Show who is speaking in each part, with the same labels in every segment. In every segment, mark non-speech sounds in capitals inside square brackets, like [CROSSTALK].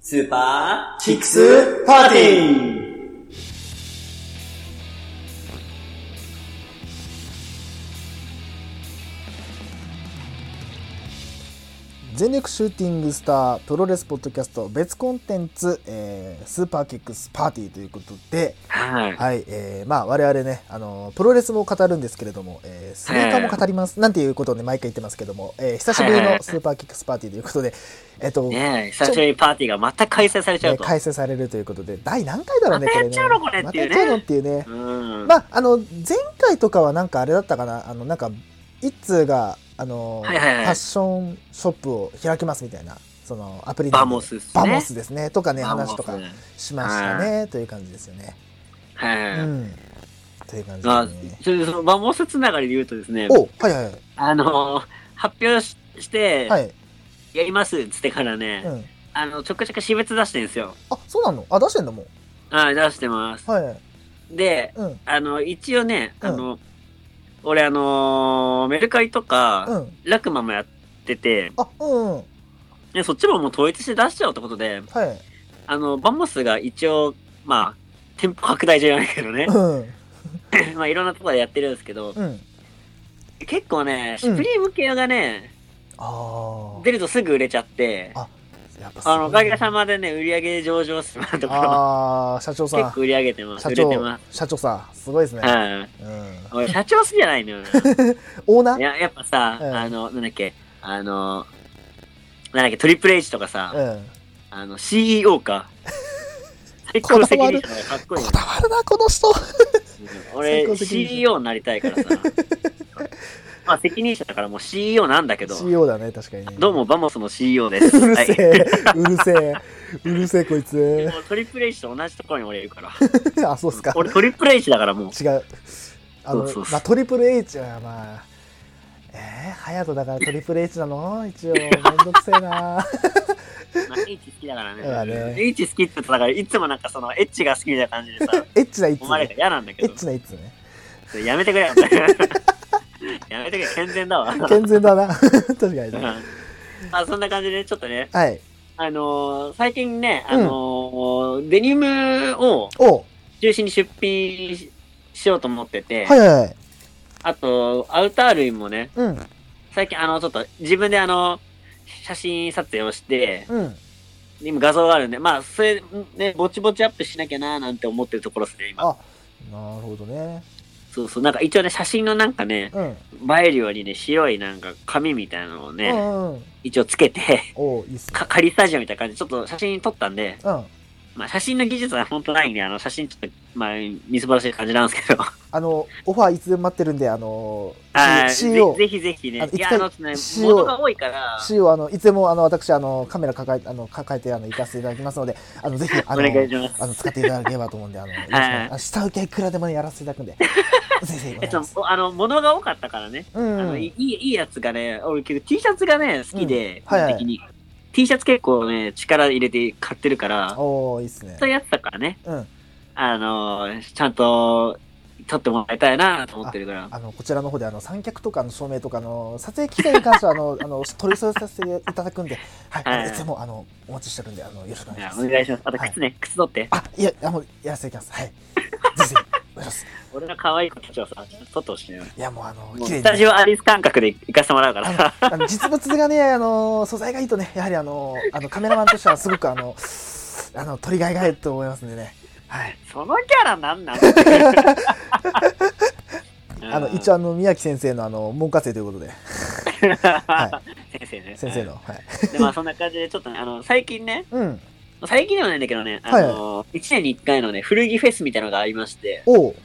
Speaker 1: スーパー
Speaker 2: キックスパーティー
Speaker 3: 全力シューティングスタープロレスポッドキャスト別コンテンツ、えースーパーキックスパーティーということで、
Speaker 2: はい。
Speaker 3: はい、えーまあ我々ね、あのープロレスも語るんですけれども、えースニーカーも語ります、なんていうことをね、毎回言ってますけども、えー久しぶり
Speaker 2: はい
Speaker 3: のスーパーキックスパーティーということで、えっ、と、
Speaker 2: ねえ、久しぶりにパーティーがまた開催されちゃ
Speaker 3: え
Speaker 2: う
Speaker 3: ー
Speaker 2: と。
Speaker 3: 開催されるということで、第何回だろうね、
Speaker 2: また
Speaker 3: こ
Speaker 2: や
Speaker 3: れ
Speaker 2: っ
Speaker 3: ね
Speaker 2: ちゃうのこれ。って
Speaker 3: ま
Speaker 2: いう
Speaker 3: た
Speaker 2: ね
Speaker 3: やっちゃうのっていうね。
Speaker 2: うん。
Speaker 3: まあ、あの、前回とかはなんかあれだったかな、あの、なんか、一通が、あの、
Speaker 2: はいはいはい
Speaker 3: ファッションショップを開きますみたいな、その、アプリで
Speaker 2: バモスっすね
Speaker 3: バモスですね。とかね、
Speaker 2: バモス
Speaker 3: 話とかしましたね、という感じですよね。う
Speaker 2: はい。
Speaker 3: ん。という感じ
Speaker 2: まあ
Speaker 3: ですね。、
Speaker 2: ちょっとその、バモスつながりで言うとですね、
Speaker 3: おはいはいはい
Speaker 2: あのー、発表しして、
Speaker 3: はい。
Speaker 2: やりますっつってからね、
Speaker 3: うん。
Speaker 2: あの、ちょくちょく私別出してるんですよ。
Speaker 3: あ、そうなのあ、出してんだもん。
Speaker 2: はい、出してます。
Speaker 3: はいはい。
Speaker 2: で、
Speaker 3: うん。
Speaker 2: あの、一応ね、
Speaker 3: うん
Speaker 2: あの、俺あのーメルカリとか、
Speaker 3: うん。
Speaker 2: ラクマもやってて、
Speaker 3: あ、うんうん。
Speaker 2: でそっちももう統一して出しちゃおうってことで、
Speaker 3: はい。
Speaker 2: あの、バモスが一応、まあ、店舗拡大じゃないけどね
Speaker 3: う、ん。
Speaker 2: [LAUGHS] まあいろんなところでやってるんですけど、
Speaker 3: うん。
Speaker 2: 結構ね、
Speaker 3: うん
Speaker 2: シュプリーム系がね、
Speaker 3: あ
Speaker 2: 出るとすぐ売れちゃって、
Speaker 3: あ。あ、やっぱ
Speaker 2: あの、おかげさ
Speaker 3: ま。
Speaker 2: までね、売り上げ上場するとか、
Speaker 3: ああ、社長さ
Speaker 2: 結
Speaker 3: ん
Speaker 2: 構。売り上げてます。
Speaker 3: 社
Speaker 2: 売れて
Speaker 3: 長
Speaker 2: ます。、
Speaker 3: 社長さん。すごいですね。
Speaker 2: はい。
Speaker 3: うん。
Speaker 2: 俺、社長好きじゃないの
Speaker 3: [LAUGHS]
Speaker 2: よな。
Speaker 3: オーナ
Speaker 2: い
Speaker 3: ー
Speaker 2: や、やっぱさ、
Speaker 3: うん
Speaker 2: あの、なんだっけ、あの、なんだっけ、トリプル H とかさ、
Speaker 3: うん。
Speaker 2: あの、CEO
Speaker 3: [LAUGHS]
Speaker 2: か。最高責任者だからかっこいい
Speaker 3: こ
Speaker 2: よ
Speaker 3: だわるな、この人。
Speaker 2: うん
Speaker 3: 最
Speaker 2: 俺、
Speaker 3: 高責任者
Speaker 2: CEO になりたい
Speaker 3: [LAUGHS]
Speaker 2: からさ。まあ、責任者だからもう CEO なんだけど、
Speaker 3: CEO だね、確かにね。
Speaker 2: どうも、バモスの CEO です。
Speaker 3: [LAUGHS] うるせ
Speaker 2: はい
Speaker 3: え、
Speaker 2: [LAUGHS]
Speaker 3: うるせえ、うるせえ、こいつ。
Speaker 2: もうトリプル H と同じところに俺いるから。
Speaker 3: [LAUGHS] あ、そうっすか。
Speaker 2: 俺トリプル H だからもう。
Speaker 3: 違う。あの
Speaker 2: そうそうそう、
Speaker 3: まあ、トリプル H は、まあ、えー、ハヤトだからトリプル H なの一応、めんどくせえな。 [LAUGHS]
Speaker 2: まあ H 好きだから
Speaker 3: そうだ
Speaker 2: ね。
Speaker 3: ね
Speaker 2: H 好きって言ったから、いつもなんかその、エッチが好きみたいな感じで
Speaker 3: [LAUGHS]
Speaker 2: さ、
Speaker 3: エッチな一
Speaker 2: お
Speaker 3: つ
Speaker 2: 前らが
Speaker 3: ね。
Speaker 2: 嫌なんだけ
Speaker 3: エ
Speaker 2: ど
Speaker 3: ッ、チな一つね。
Speaker 2: やめてくれよ。 [LAUGHS] やめてくれ、健全だわ。
Speaker 3: [LAUGHS] 健全だな。確かに
Speaker 2: うん
Speaker 3: ね。
Speaker 2: まあ、そんな感じで、ちょっとね、
Speaker 3: はい。
Speaker 2: あのー最近ね、あのーデニムを
Speaker 3: お
Speaker 2: 中心に出品ししようと思ってて、
Speaker 3: はいはいはい。
Speaker 2: あと、アウター類もね、
Speaker 3: うん、
Speaker 2: 最近、あの、ちょっと自分であの、写真撮影をして、
Speaker 3: うん。
Speaker 2: 今画像があるんで、まあ、それ、ね、ぼちぼちアップしなきゃなーなんて思ってるところですね、今。
Speaker 3: あ、なるほどね。
Speaker 2: そうそう、なんか一応ね、写真のなんかね、
Speaker 3: うん。
Speaker 2: 映えるようにね、白いなんか紙みたいなのを
Speaker 3: う
Speaker 2: ね、
Speaker 3: んうん。
Speaker 2: 一応つけて、
Speaker 3: おいいっすね。
Speaker 2: か仮スタジオみたいな感じで、ちょっと写真撮ったんで、
Speaker 3: うん。
Speaker 2: まあ、写真の技術は本当ないんで、あの、写真ちょっと、まあ、みすぼらしい感じなんですけど、
Speaker 3: あの、オファーいつでも待ってるんで、あの、
Speaker 2: はい。ぜ
Speaker 3: CO、
Speaker 2: ぜひぜひ
Speaker 3: あ
Speaker 2: ね
Speaker 3: の、
Speaker 2: いや、
Speaker 3: 一
Speaker 2: あ
Speaker 3: 回
Speaker 2: の、ね、
Speaker 3: CO
Speaker 2: 物が多いから、
Speaker 3: CO、あの、いつでも、あの、私、あの、カメラ抱え、あの、抱えて、あの、行かせていただきますので、あの、ぜひ、あ
Speaker 2: お
Speaker 3: の、
Speaker 2: 願いします。
Speaker 3: あの、使っていただければと思うんで、あの、よろしくお願いあの下請けはいくらでもねやらせていただく
Speaker 2: [LAUGHS]
Speaker 3: んで、
Speaker 2: えっ
Speaker 3: ぜひ、お願いし
Speaker 2: と
Speaker 3: ます。、
Speaker 2: あの、物が多かったからね。
Speaker 3: う
Speaker 2: あの
Speaker 3: ん。
Speaker 2: いいいいいいやつがね、俺結構 T シャツがね、好きで、
Speaker 3: うんはいはい
Speaker 2: 基本的に。T シャツ結構ね、力入れて買ってるから、
Speaker 3: おー、いいっすね
Speaker 2: そ。ういうやつだからね、
Speaker 3: うん。
Speaker 2: あの、ちゃんと、撮ってもらいたいなと思ってるから。
Speaker 3: あの、こちらの方で、あの、三脚とかの照明とかの、撮影機材に関しては、あの、
Speaker 2: [LAUGHS]
Speaker 3: あの、取り添えさせていただくんで、はいあ
Speaker 2: は
Speaker 3: の、
Speaker 2: い
Speaker 3: いつでも、あの、お待ちしてるんで、あの、よろしくお
Speaker 2: い
Speaker 3: 願い
Speaker 2: や
Speaker 3: し
Speaker 2: お
Speaker 3: ます。
Speaker 2: 願いします。あと
Speaker 3: はい
Speaker 2: 靴ね、靴取って。
Speaker 3: あ、いや、あの、やらせていきます。はい。ぜひぜひ、お願いします。
Speaker 2: 俺の可愛い子たちをさ、取ってほしいのよ。
Speaker 3: いや、もう、あの、
Speaker 2: もうス
Speaker 3: 綺麗に
Speaker 2: タジオアリス感覚で行かせてもらうからさ。
Speaker 3: あの実物がね、あの素材がいいとね、やはりあのあのカメラマンとしてはすごくあの、あの、取りがいがあると思いますんでね。はい。
Speaker 2: そのキャラなんなんうん
Speaker 3: [LAUGHS] あの、一応あの、宮城先生のあの、文科生ということで、は
Speaker 2: 先生ね。
Speaker 3: 先生の。はい。
Speaker 2: で、まあそんな感じで、ちょっとね、あの、最近ね、
Speaker 3: うん。
Speaker 2: 最近ではないんだけどね、あ
Speaker 3: はい
Speaker 2: の、一年に一回のね、古着フェスみたいなのがありまして、
Speaker 3: おう。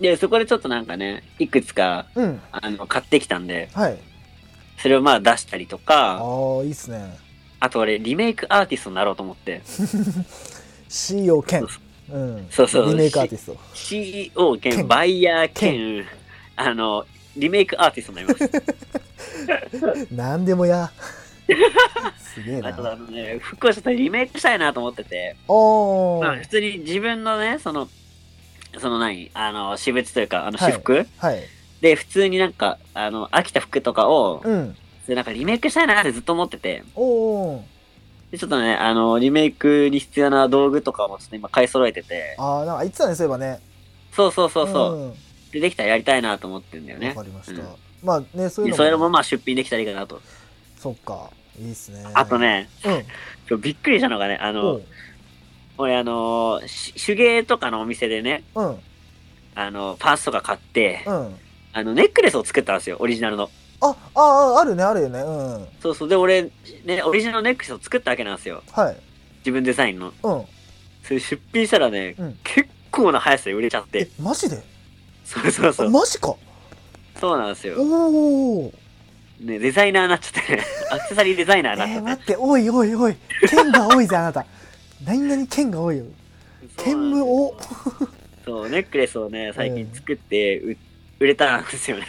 Speaker 2: で、そこでちょっとなんかね、いくつか、
Speaker 3: うん。
Speaker 2: あの、買ってきたんで、
Speaker 3: はい。
Speaker 2: それをまあ出したりと
Speaker 3: あ
Speaker 2: か、
Speaker 3: あ、いいっすね。
Speaker 2: あと俺、リメイクアーティストになろうと思って、
Speaker 3: CEO 兼。うん。
Speaker 2: そうそう
Speaker 3: リメイクアーティスト。
Speaker 2: CEO 兼
Speaker 3: 兼
Speaker 2: バイヤー兼、あの、リメイクアーティストになり
Speaker 3: [LAUGHS]
Speaker 2: ます。
Speaker 3: なんで
Speaker 2: [LAUGHS]
Speaker 3: もや。すげえ
Speaker 2: あとあ
Speaker 3: な。
Speaker 2: のね、復興したリメイクしたいなと思ってて、
Speaker 3: お
Speaker 2: まあ
Speaker 3: ー
Speaker 2: 普。通に自分のね、その、その何あの、私物というか、あの、
Speaker 3: はい
Speaker 2: 私服、
Speaker 3: はい。
Speaker 2: で、普通になんか、あの、飽きた服とかを、
Speaker 3: うん。
Speaker 2: それなんかリメイクしたいなってずっと思ってて、
Speaker 3: おー。
Speaker 2: でちょっとね、あの、リメイクに必要な道具とかもちょっと今買い揃えてて、
Speaker 3: ああ、なんか言ってたね、そういえばね。
Speaker 2: そうそうそうそう、
Speaker 3: んわ、
Speaker 2: で、できたらやりたいなと思ってんだよね
Speaker 3: か。りました、
Speaker 2: うん
Speaker 3: まあね、そうい
Speaker 2: で
Speaker 3: うの
Speaker 2: それもまあ出品できたらいいかなと。
Speaker 3: そっか。いいっすね。
Speaker 2: あと。ね、
Speaker 3: うん。
Speaker 2: ちょびっくりしたのがね、あ
Speaker 3: う
Speaker 2: の
Speaker 3: ん、。
Speaker 2: 俺あの、し手芸とかのお店でね、
Speaker 3: うん。
Speaker 2: あの、パースとか買って、
Speaker 3: うん。
Speaker 2: あの、ネックレスを作ったんですよ、オリジナルの。
Speaker 3: あ、ああ、あるね、あるよね。うん。
Speaker 2: そうそう。で、俺、ね、オリジナルのネックレスを作ったわけなんですよ。
Speaker 3: はい。
Speaker 2: 自分デザインの。
Speaker 3: うん。
Speaker 2: それ出品したらね、
Speaker 3: うん
Speaker 2: 結構な速さで売れちゃっ
Speaker 3: え
Speaker 2: て。、
Speaker 3: マジで
Speaker 2: そうそう
Speaker 3: あ
Speaker 2: そう。
Speaker 3: マジか。
Speaker 2: そうなんですよ。
Speaker 3: おお。
Speaker 2: ね、デザイナーになっちゃ
Speaker 3: [LAUGHS]
Speaker 2: って、アクセサリーデザイナー
Speaker 3: え
Speaker 2: になっちゃ
Speaker 3: ー、
Speaker 2: って。
Speaker 3: 待って、おいおいおい。剣が多いぜ、あなた。 [LAUGHS] 何々剣が多いよ。
Speaker 2: そうなんですよ
Speaker 3: 剣舞を
Speaker 2: そう、ネックレスをね、最近作って、う売れたんです
Speaker 3: [LAUGHS]
Speaker 2: よね。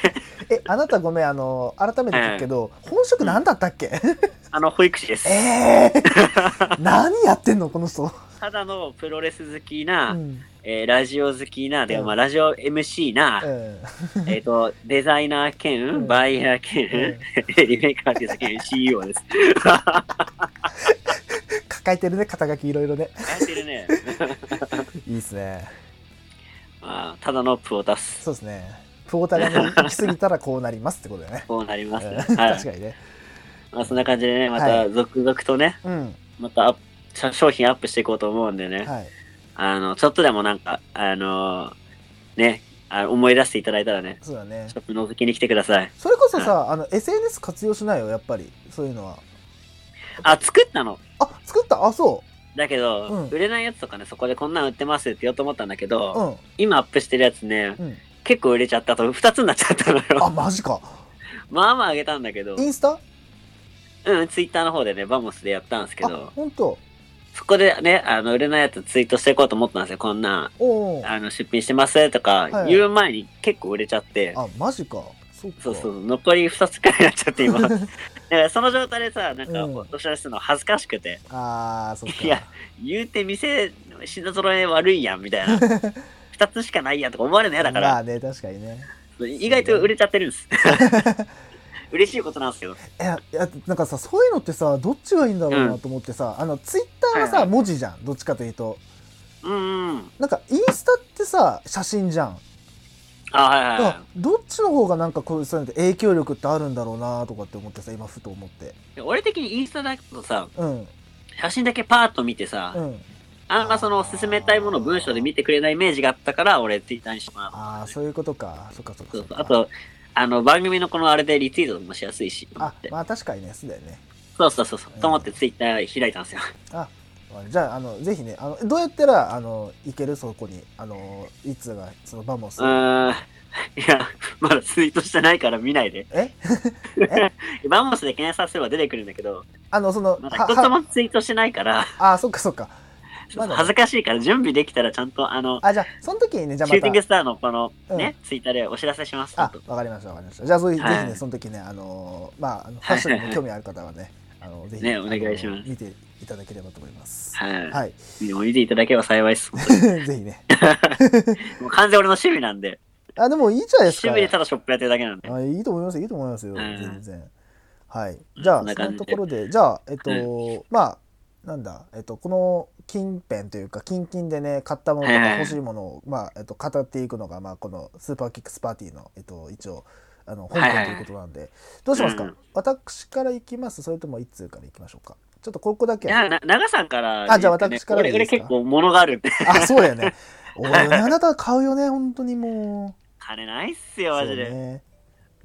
Speaker 3: え、あなたごめん、あの、改めて聞くけど、本職何だったっけ
Speaker 2: あの、保育士です。
Speaker 3: え
Speaker 2: [LAUGHS]
Speaker 3: えー、何やってんの、この人。
Speaker 2: ただのプロレス好きな、
Speaker 3: うん。
Speaker 2: えーラジオ好きな、で
Speaker 3: うん
Speaker 2: まあ、ラジオ MC な、
Speaker 3: うん。
Speaker 2: えっ、と、デザイナー兼、
Speaker 3: うん
Speaker 2: バイヤー兼、
Speaker 3: う
Speaker 2: [LAUGHS]
Speaker 3: ん
Speaker 2: リメイクアーティスト兼 CEO
Speaker 3: [LAUGHS]
Speaker 2: です。
Speaker 3: 抱えてるね、肩書きいろいろね。
Speaker 2: やってるね。
Speaker 3: いいっすね。
Speaker 2: まあ、ただのプを出す。
Speaker 3: そうですね。クォーターがね行き過ぎたらこうなりますってことだよね。
Speaker 2: こうなります、
Speaker 3: うん
Speaker 2: ね。
Speaker 3: 確
Speaker 2: はい。
Speaker 3: かにね。
Speaker 2: まあ、そんな感じでね、ま
Speaker 3: は
Speaker 2: た続々とね、
Speaker 3: うん。
Speaker 2: またアップ商商品アップしていこうと思うんでね、
Speaker 3: はい。
Speaker 2: あの、ちょっとでもなんか、あのーね、あの思い出していただいたらね、
Speaker 3: そうだね
Speaker 2: シ。ョップ覗きに来てください。
Speaker 3: それこそさ、あの、SNS 活用しないよ、やっぱり。そういうのは。
Speaker 2: あ、作ったの
Speaker 3: あ、作ったあ、そ
Speaker 2: だけど、
Speaker 3: うん
Speaker 2: 売れないやつとかね、そこでこんなん売ってますって言おうと思ったんだけど、
Speaker 3: う。うん。
Speaker 2: 今アップしてるやつね、
Speaker 3: うん。
Speaker 2: 結構売れちゃったと、2つになっちゃったの
Speaker 3: あ、
Speaker 2: よ。
Speaker 3: マジか。
Speaker 2: [LAUGHS] まあまああげたんだけど
Speaker 3: イ、ンスタ
Speaker 2: うん、ツイッターの方でね、バモスでやったんですけ
Speaker 3: あ
Speaker 2: ど、、
Speaker 3: ほんと。
Speaker 2: そこでね、あの、売れないやつツイートしていこうと思ったんですよ。こんなん、
Speaker 3: おお。
Speaker 2: あの、出品してますとか
Speaker 3: はい
Speaker 2: 言う前に結構売れちゃって、
Speaker 3: あ、マジか。そっか。
Speaker 2: そうそう、残り2つくらいになっちゃって
Speaker 3: [LAUGHS]
Speaker 2: 今。だからその状態でさ、なんか、
Speaker 3: うん
Speaker 2: お知らせするの恥ずかしくて、
Speaker 3: [LAUGHS] あー、そっか。
Speaker 2: いや言うて店、品揃え悪いやん、みたいな。2つしかないやんとか思われるの嫌だか
Speaker 3: ま
Speaker 2: ら
Speaker 3: あ、ね、確かにね。
Speaker 2: 意外と売れちゃってるんです。 [LAUGHS] 嬉しいことなんですよ。
Speaker 3: いや、いやなんかさ、そういうのってさ、どっちがいいんだろう
Speaker 2: う
Speaker 3: なんと思ってさ、あの、ツイッターは
Speaker 2: はい
Speaker 3: さ、
Speaker 2: は
Speaker 3: 文字じゃん。どっちかというと。
Speaker 2: うんうん。
Speaker 3: なんか、インスタってさ、写真じゃん。
Speaker 2: あ、はいはい
Speaker 3: だか
Speaker 2: は
Speaker 3: らどっちの方がなんかこうそういうのって影響力ってあるんだろうなとかって思ってさ今ふと思って
Speaker 2: い。俺的にインスタだとさ、
Speaker 3: うん
Speaker 2: 写真だけパーッと見てさ、
Speaker 3: うん
Speaker 2: あんまその勧めたいものを文章で見てくれないイメージがあったから、俺ツイッターにしたなと思
Speaker 3: ああ
Speaker 2: った
Speaker 3: そういうことかそっかそっか
Speaker 2: そ
Speaker 3: そうっ
Speaker 2: そ
Speaker 3: か
Speaker 2: うあと、あの、番組のこのあれでリツイートもしやすいし、と思
Speaker 3: あ
Speaker 2: って。
Speaker 3: まあ確かにねそうだよね
Speaker 2: そうそうそうそう、
Speaker 3: うん
Speaker 2: と思ってツイッター開いたんですよ。
Speaker 3: あじゃああのぜひねあのどうやったらあのいけるそこにあのいつがそのバモス
Speaker 2: うーん。 [LAUGHS] いや、まだツイートしてないから見ないで。
Speaker 3: え [LAUGHS]
Speaker 2: バモスで検索すれば出てくるんだけど、
Speaker 3: あのその
Speaker 2: まだ一つ
Speaker 3: は
Speaker 2: もツイートしてないから、
Speaker 3: あそっかそっかまだ
Speaker 2: 恥ずかしいから準備できたらちゃんと、あの、
Speaker 3: あじゃあその時にねじゃあ
Speaker 2: シューティ
Speaker 3: ま
Speaker 2: ング
Speaker 3: た
Speaker 2: スターのこの
Speaker 3: うん
Speaker 2: ね、ツイッターでお知らせします。
Speaker 3: あわかりましたわかりましたじゃあそういう
Speaker 2: はい
Speaker 3: ぜひねその時ねあのまああのファッションにも興味ある方はねあのぜひ
Speaker 2: ねお願いします
Speaker 3: あの見ていただければと思います
Speaker 2: は
Speaker 3: はい [LAUGHS]
Speaker 2: い。見ていただければ幸いです。
Speaker 3: ぜひね。
Speaker 2: もう完全俺の趣味なんで、
Speaker 3: あ、でもいいじゃないです
Speaker 2: [LAUGHS] 趣
Speaker 3: か。
Speaker 2: 味でただショップやってるだけなんで。
Speaker 3: あいいと思いますよ、いいと思いますよ、
Speaker 2: うん
Speaker 3: 全然。はい。じゃあ、
Speaker 2: そん
Speaker 3: そ
Speaker 2: な感
Speaker 3: の
Speaker 2: じで
Speaker 3: ところで、じゃあ、えっと、まあ、なんだ、えっと、この近辺というか、近々でね、買ったものと
Speaker 2: はいは
Speaker 3: か
Speaker 2: い
Speaker 3: 欲しいものを、まあ、えっと、語っていくのが、まあ、このスーパーキックスパーティーの、えっと、一応、あの、本
Speaker 2: はいは
Speaker 3: 編
Speaker 2: い
Speaker 3: ということなんで、どうします
Speaker 2: う
Speaker 3: か
Speaker 2: ん
Speaker 3: 私から行きますそれとも一通から行きましょうかちょっとここだ
Speaker 2: い
Speaker 3: け。
Speaker 2: や、な長さんから、
Speaker 3: あじゃあ私から
Speaker 2: 俺
Speaker 3: でいいで
Speaker 2: 俺
Speaker 3: すか
Speaker 2: 結構物があるんで。
Speaker 3: あ、そうだよね。俺、あなた買うよね、本当にも
Speaker 2: [LAUGHS] 金ないっすよ、
Speaker 3: う。
Speaker 2: マジ
Speaker 3: そう
Speaker 2: で。
Speaker 3: ね。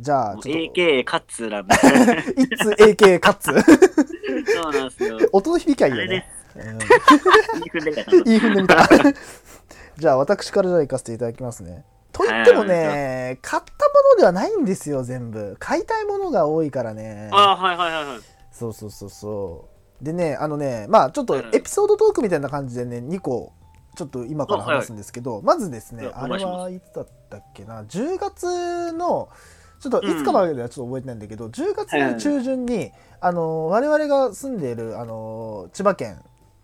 Speaker 3: じゃあ、
Speaker 2: もう
Speaker 3: ちょっと。
Speaker 2: AK カッツー
Speaker 3: [LAUGHS]
Speaker 2: なんで。
Speaker 3: いつ AK カッツ
Speaker 2: そうなんですよ。
Speaker 3: 音の響きはいい
Speaker 2: あ
Speaker 3: よ
Speaker 2: れ
Speaker 3: ね
Speaker 2: ね。いい踏んでた
Speaker 3: うん、いい踏んでみた。 [LAUGHS] じゃあ私からじゃあ行かせていただきますね。と言ってもね、買ったものではないんですよ、全部。買いたいものが多いからね。
Speaker 2: あーはいはいはいはい。
Speaker 3: そうそうそうそう。でね、あのね、まあちょっとエピソードトークみたいな感じでね、2個、ちょっと今から話すんですけど、まずですね、
Speaker 2: うん
Speaker 3: あ
Speaker 2: お願い
Speaker 3: れ
Speaker 2: します
Speaker 3: はいつだったっけな、10月の、ちょっといつかまではちょっと覚えてないんだけど、10月の中旬に、あの、我々が住んでいる、あの、千葉県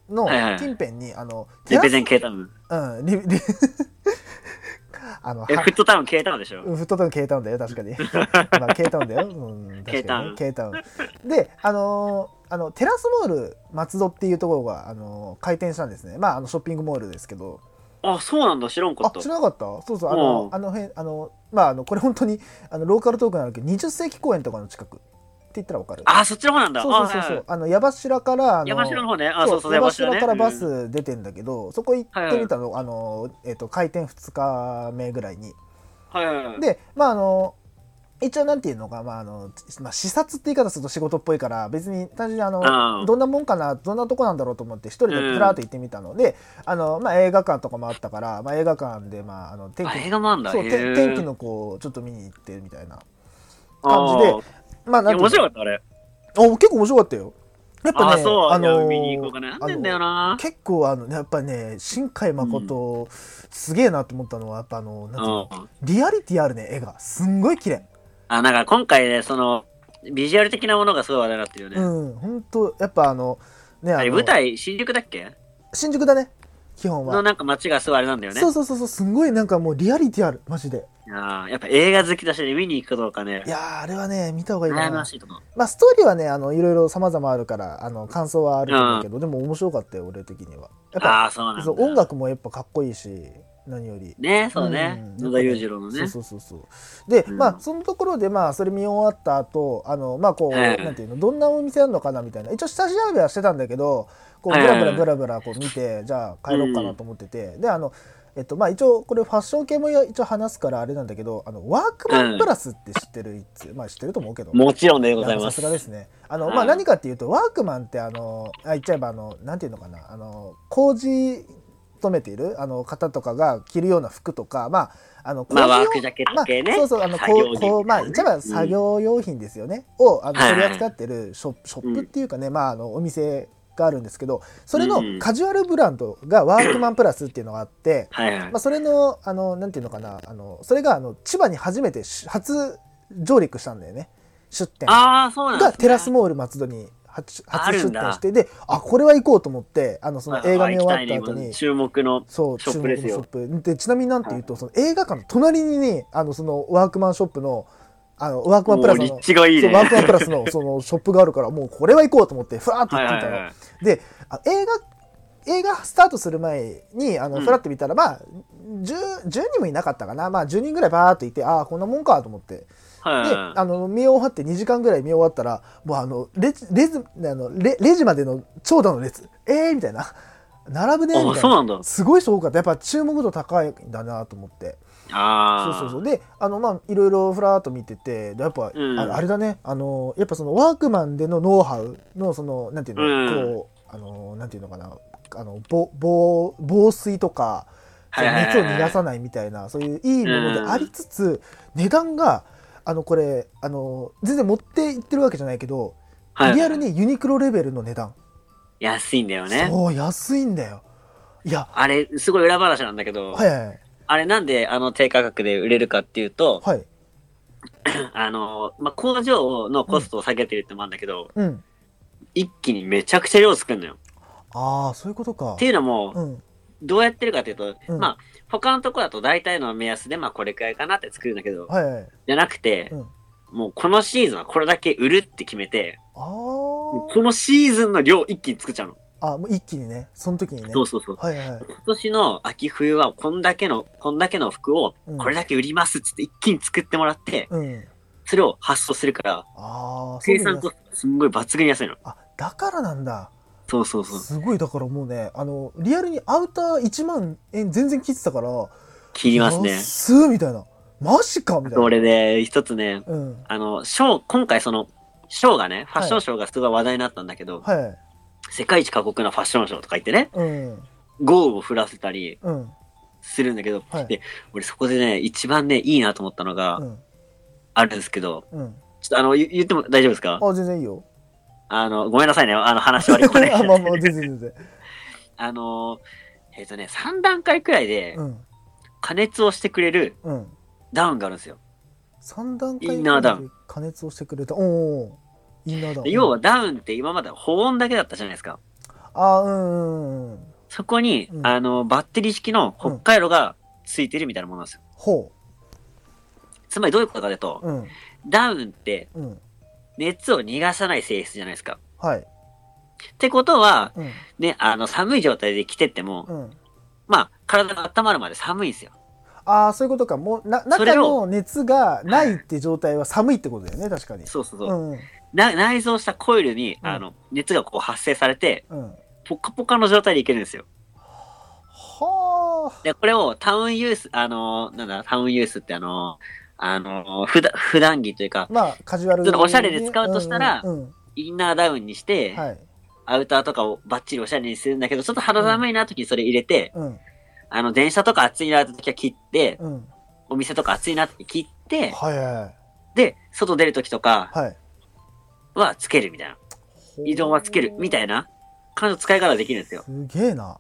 Speaker 3: の
Speaker 2: はいはい
Speaker 3: 近辺に、あの、テ
Speaker 2: レ
Speaker 3: ラ
Speaker 2: ペ
Speaker 3: ス
Speaker 2: ゼン、ケータム。
Speaker 3: うん、リリ [LAUGHS] あの、は
Speaker 2: え、フットタウン消えたのでしょ
Speaker 3: うんフットタウン消えたんだよ、確
Speaker 2: [LAUGHS]
Speaker 3: かに。まあ、消えたんだよ。うん、確かに、ね。消えたん。で、あのーあの、テラスモール松戸っていうところが、あのー開店したんですね。まあ、あの、ショッピングモールですけど。
Speaker 2: あ、そうなんだ、知らんか
Speaker 3: あ
Speaker 2: っ、た
Speaker 3: 知。らなかったそうそう、あの、
Speaker 2: うん
Speaker 3: あの辺、あの、まあ、あの、これ本当に、あの、ローカルトークなんだけど、20世紀公園とかの近くって言ったらわかる。
Speaker 2: あ、そっちの方なんだ。
Speaker 3: そうそうそう
Speaker 2: あ
Speaker 3: そ
Speaker 2: はいは
Speaker 3: う
Speaker 2: い。
Speaker 3: あの、矢柱から、あの、
Speaker 2: 山城の方ね。あ、そうそう、
Speaker 3: 山
Speaker 2: 山城
Speaker 3: 柱
Speaker 2: ね。
Speaker 3: からバ
Speaker 2: うん。
Speaker 3: ス出てんだけど、そこ行ってみたの、あの、えっ、と、開店2日目ぐらいに。
Speaker 2: はいはいはい。
Speaker 3: でまああの一応なんていうのか、まああのまあ、視察って言い方すると仕事っぽいから別に単純にあの
Speaker 2: うん
Speaker 3: どんなもんかなどんなとこなんだろうと思って一人でプラーと行ってみたので、あのまあ、映画館とかもあったから、まあ、映画館で、まあ、あの天
Speaker 2: あ、
Speaker 3: 気
Speaker 2: 映画もあんだ。
Speaker 3: そう
Speaker 2: へ
Speaker 3: て
Speaker 2: ー
Speaker 3: 天気の子をちょっと見に行ってみたいな。
Speaker 2: あ
Speaker 3: 感じで
Speaker 2: ー
Speaker 3: まあ、ないん
Speaker 2: や
Speaker 3: てい
Speaker 2: 面白
Speaker 3: うの
Speaker 2: かった、あれ。
Speaker 3: お結構面白かったよ。やっぱ
Speaker 2: あ
Speaker 3: ね、
Speaker 2: そう。い
Speaker 3: の
Speaker 2: や見に行こうかな。なんでんだよな。
Speaker 3: 結構あのやっぱね新海誠、すげえなと思ったのはやっぱあのなんていうの
Speaker 2: うん
Speaker 3: リアリティあるね絵がすんごい綺麗
Speaker 2: あ、なんか今回ね、その、ビジュアル的なものがすごい話題になってるよね。
Speaker 3: うん、本当やっぱあの、ね、
Speaker 2: あ
Speaker 3: あ
Speaker 2: れ
Speaker 3: の
Speaker 2: 舞台、新宿だっけ
Speaker 3: 新宿だね、基本は。
Speaker 2: のなんか街がすごいあれなんだよね。
Speaker 3: そうそうそうそう、すんごいなんかもうリアリティある、マジで。
Speaker 2: いやーやっぱ映画好きだしね、見に行くかどうかね
Speaker 3: い。やー、あれはね、見た方がいい
Speaker 2: 悩ま
Speaker 3: な。
Speaker 2: しいと思う。
Speaker 3: まあ、ストーリーはね、あの、いろいろ様々あるから、あの、感想はあると思うけど、でも面白かったよ、俺的には。やっぱ、
Speaker 2: ああ、そうなんだ。
Speaker 3: そう音楽もやっぱかっこいいし、何より。
Speaker 2: ね、そうね。
Speaker 3: うん
Speaker 2: 野田裕次郎のね。
Speaker 3: そうそうそうそうで、
Speaker 2: うん
Speaker 3: まあそのところでまあそれ見終わった後あのまあこう、
Speaker 2: ええ
Speaker 3: なんていうのどんなお店あるのかなみたいな一応下調べはしてたんだけどこうブラブラブラブラこう見て、じゃあ帰ろうかなと思ってて、であのえっとまあ一応これファッション系も一応話すからあれなんだけどあのワークマンプラスって知ってる、いつまあ知ってると思うけど
Speaker 2: もちろんでござい
Speaker 3: やっぱ
Speaker 2: ま
Speaker 3: さ
Speaker 2: す。
Speaker 3: すがですね。あの、
Speaker 2: はい
Speaker 3: まあ、何かっていうと、ワークマンって、あの、あ、言っちゃえば、あの、なんていうのかな、あの、工事。勤めている、あの方とかが着るような服とか、まあ、あの、工事
Speaker 2: まあ
Speaker 3: 用
Speaker 2: ワークジャケット系ね
Speaker 3: まあそうそう、あの、
Speaker 2: 作業
Speaker 3: こ
Speaker 2: 着
Speaker 3: う、こう、まあ、
Speaker 2: みたいなね
Speaker 3: 言っちゃえば、作業用品ですよね。を、あの、
Speaker 2: はいはい
Speaker 3: 取り扱ってるショップ、ショップっていうかね、まあ、あの、お店。があるんですけど、それの
Speaker 2: うん
Speaker 3: カジュアルブランドがワークマンプラスっていうのがあって。
Speaker 2: はいはい
Speaker 3: まあ、。それのあのなんていうのかなあのそれがあの千葉に初めてし初上陸したんだよね出店
Speaker 2: ああ、そうなん
Speaker 3: がテラス
Speaker 2: も
Speaker 3: モール松戸に初
Speaker 2: あ
Speaker 3: 初
Speaker 2: る
Speaker 3: 出
Speaker 2: んだ
Speaker 3: 店してであこれは行こうと思ってあのその映画見終わった後に。
Speaker 2: 注目の。
Speaker 3: そう
Speaker 2: ショップですよ
Speaker 3: 注目のショップでちなみになんていうと、その映画館の隣にねあのそのワークマンショップのあのワークマン
Speaker 2: も
Speaker 3: プラ
Speaker 2: う
Speaker 3: スの
Speaker 2: 立地がいい
Speaker 3: そ
Speaker 2: ね。
Speaker 3: うワークマンプラスのそのショップがあるからもうこれは行こうと思ってふわーっと
Speaker 2: は
Speaker 3: 行
Speaker 2: い
Speaker 3: ってみ
Speaker 2: は
Speaker 3: た
Speaker 2: い
Speaker 3: の、
Speaker 2: はい。
Speaker 3: であ映画映画スタートする前にあの、
Speaker 2: うん
Speaker 3: フラッと見たらまあ 10, 10人もいなかったかな、まあ、10人ぐらいバーっといてああこんなもんかと思って
Speaker 2: はい
Speaker 3: で
Speaker 2: はいは
Speaker 3: あの見終わって2時間ぐらい見終わったらもうあのレジレジあのレレジまでの長蛇の列えー、みたいな並ぶね
Speaker 2: い。
Speaker 3: み
Speaker 2: あ、
Speaker 3: たい
Speaker 2: そう
Speaker 3: な
Speaker 2: なんだ。
Speaker 3: すごい人多かったやっぱ注目度高いんだなと思って
Speaker 2: あ
Speaker 3: そう
Speaker 2: あ。
Speaker 3: そうそうであのまあいろいろふらーっと見ててでやっぱ、
Speaker 2: うん
Speaker 3: ああれだねあのやっぱそのワークマンでのノウハウのそのなんていうの、
Speaker 2: うん
Speaker 3: こうあのなんていうのかなあの防防防水とかそ
Speaker 2: はい
Speaker 3: の
Speaker 2: はいはい
Speaker 3: 熱を逃がさないみたいなそういういいものでありつつ、値段があのこれあの全然持っていってるわけじゃないけど、
Speaker 2: はい
Speaker 3: リアルにユニクロレベルの値段、
Speaker 2: 安いんだよね。
Speaker 3: そう安いんだよいや
Speaker 2: あれ、すごい裏話なんだけど、
Speaker 3: はいはい
Speaker 2: あれなんであの低価格で売れるかっていうと、
Speaker 3: はい
Speaker 2: あの、まあ、工場のコストを下げてるってもあるんだけど、
Speaker 3: うん
Speaker 2: 一気にめちゃくちゃ量作るのよ。
Speaker 3: ああそういうことか
Speaker 2: っていうのも、
Speaker 3: うん
Speaker 2: どうやってるかというと、
Speaker 3: うん
Speaker 2: まあ、他のとこだと大体の目安で、まあ、これくらいかなって作るんだけど、
Speaker 3: はいはい
Speaker 2: じゃなくて、
Speaker 3: うん
Speaker 2: もうこのシーズンはこれだけ売るって決めて、
Speaker 3: ああ
Speaker 2: もうこのシーズンの量一気に作っちゃうの。
Speaker 3: あ、もう一気にね、その時にね。
Speaker 2: そうそうそう。
Speaker 3: はいはい。
Speaker 2: 今年の秋冬はこんだけの、こんだけの服を
Speaker 3: うん
Speaker 2: これだけ売りますっつって一気に作ってもらって、
Speaker 3: うん。
Speaker 2: それを発送するから、
Speaker 3: ああ、
Speaker 2: 生産コ
Speaker 3: そう
Speaker 2: ストすんごい抜群に安いの。
Speaker 3: あ、だからなんだ。
Speaker 2: そうそうそう。
Speaker 3: すごい、だからもうね、あの、リアルにアウター1万円全然切ってたから、
Speaker 2: 切りますね。
Speaker 3: 安っみたいな。マジかみたいな。
Speaker 2: 俺で、一つね、
Speaker 3: うん。
Speaker 2: あの、ショー、今回その、ショーがね、ファッションショーがすごい話題になったんだけど、
Speaker 3: はい。
Speaker 2: 世界一過酷なファッションショーとか言ってね、
Speaker 3: うん。
Speaker 2: 豪雨を降らせたり
Speaker 3: うん。
Speaker 2: するんだけど、
Speaker 3: はい
Speaker 2: で、俺そこでね、一番ね、いいなと思ったのが
Speaker 3: うん。
Speaker 2: あるんですけど、
Speaker 3: うん。
Speaker 2: ちょっとあの、言言っても大丈夫ですか
Speaker 3: あ、全然いいよ。
Speaker 2: あの、ごめんなさいね、あの、話割り込んで。
Speaker 3: あ [LAUGHS] 、まあまあ、全然全然。
Speaker 2: あの、えっ、とね、3段階くらいで
Speaker 3: うん。
Speaker 2: 加熱をしてくれる
Speaker 3: うん。
Speaker 2: ダウンがあるんですよ。
Speaker 3: 三段
Speaker 2: イ
Speaker 3: 階
Speaker 2: ンナーダウン
Speaker 3: で加熱をしてくれた。おお。インナーダウン。
Speaker 2: で要は、ダウンって今までは保温だけだったじゃないですか。
Speaker 3: あー、うんうんうん。
Speaker 2: そこに、
Speaker 3: うん
Speaker 2: あの、バッテリー式の北海道がついてるみたいなものなんですよ。
Speaker 3: ほ
Speaker 2: つまりどういうことかというと、
Speaker 3: う。うん。
Speaker 2: ダウンって
Speaker 3: うん。
Speaker 2: 熱を逃がさない性質じゃないですか。
Speaker 3: はい。
Speaker 2: ってことは、
Speaker 3: うん。
Speaker 2: ね、あの、寒い状態で着てっても、
Speaker 3: うん。
Speaker 2: まあ、体が温まるまで寒いんですよ。
Speaker 3: ああ、そういうことか。もう、な、
Speaker 2: それ
Speaker 3: 中
Speaker 2: を
Speaker 3: の熱がないって状態は寒いってことだよね、確かに。
Speaker 2: そうそうそうう。
Speaker 3: ん。うん。
Speaker 2: な内蔵したコイルに、
Speaker 3: うん
Speaker 2: あの、熱がこう発生されて、
Speaker 3: うん
Speaker 2: ポカポカの状態でいけるんですよ。
Speaker 3: はあ。
Speaker 2: で、これをタウンユース、あのー、なんだ、タウンユースってあのー、あのー、普段、普段着というか、
Speaker 3: まあ、カジュアル
Speaker 2: ちょっとおしゃれで使うとしたら
Speaker 3: うんうん
Speaker 2: インナーダウンにし
Speaker 3: う
Speaker 2: て、
Speaker 3: ん。はい。
Speaker 2: アウターとかをバッチリおしゃれにするんだけど、ちょっと肌寒いな時にそれ入れて、
Speaker 3: うん。
Speaker 2: あの、電車とか暑いなって時は切って、
Speaker 3: うん。
Speaker 2: お店とか暑いなって切って、
Speaker 3: はいはい
Speaker 2: で、外出る時とか
Speaker 3: はい。はい。
Speaker 2: はつけるみたいな。移動はつけるみたいな感じの使い方ができるんですよ。
Speaker 3: すげえな。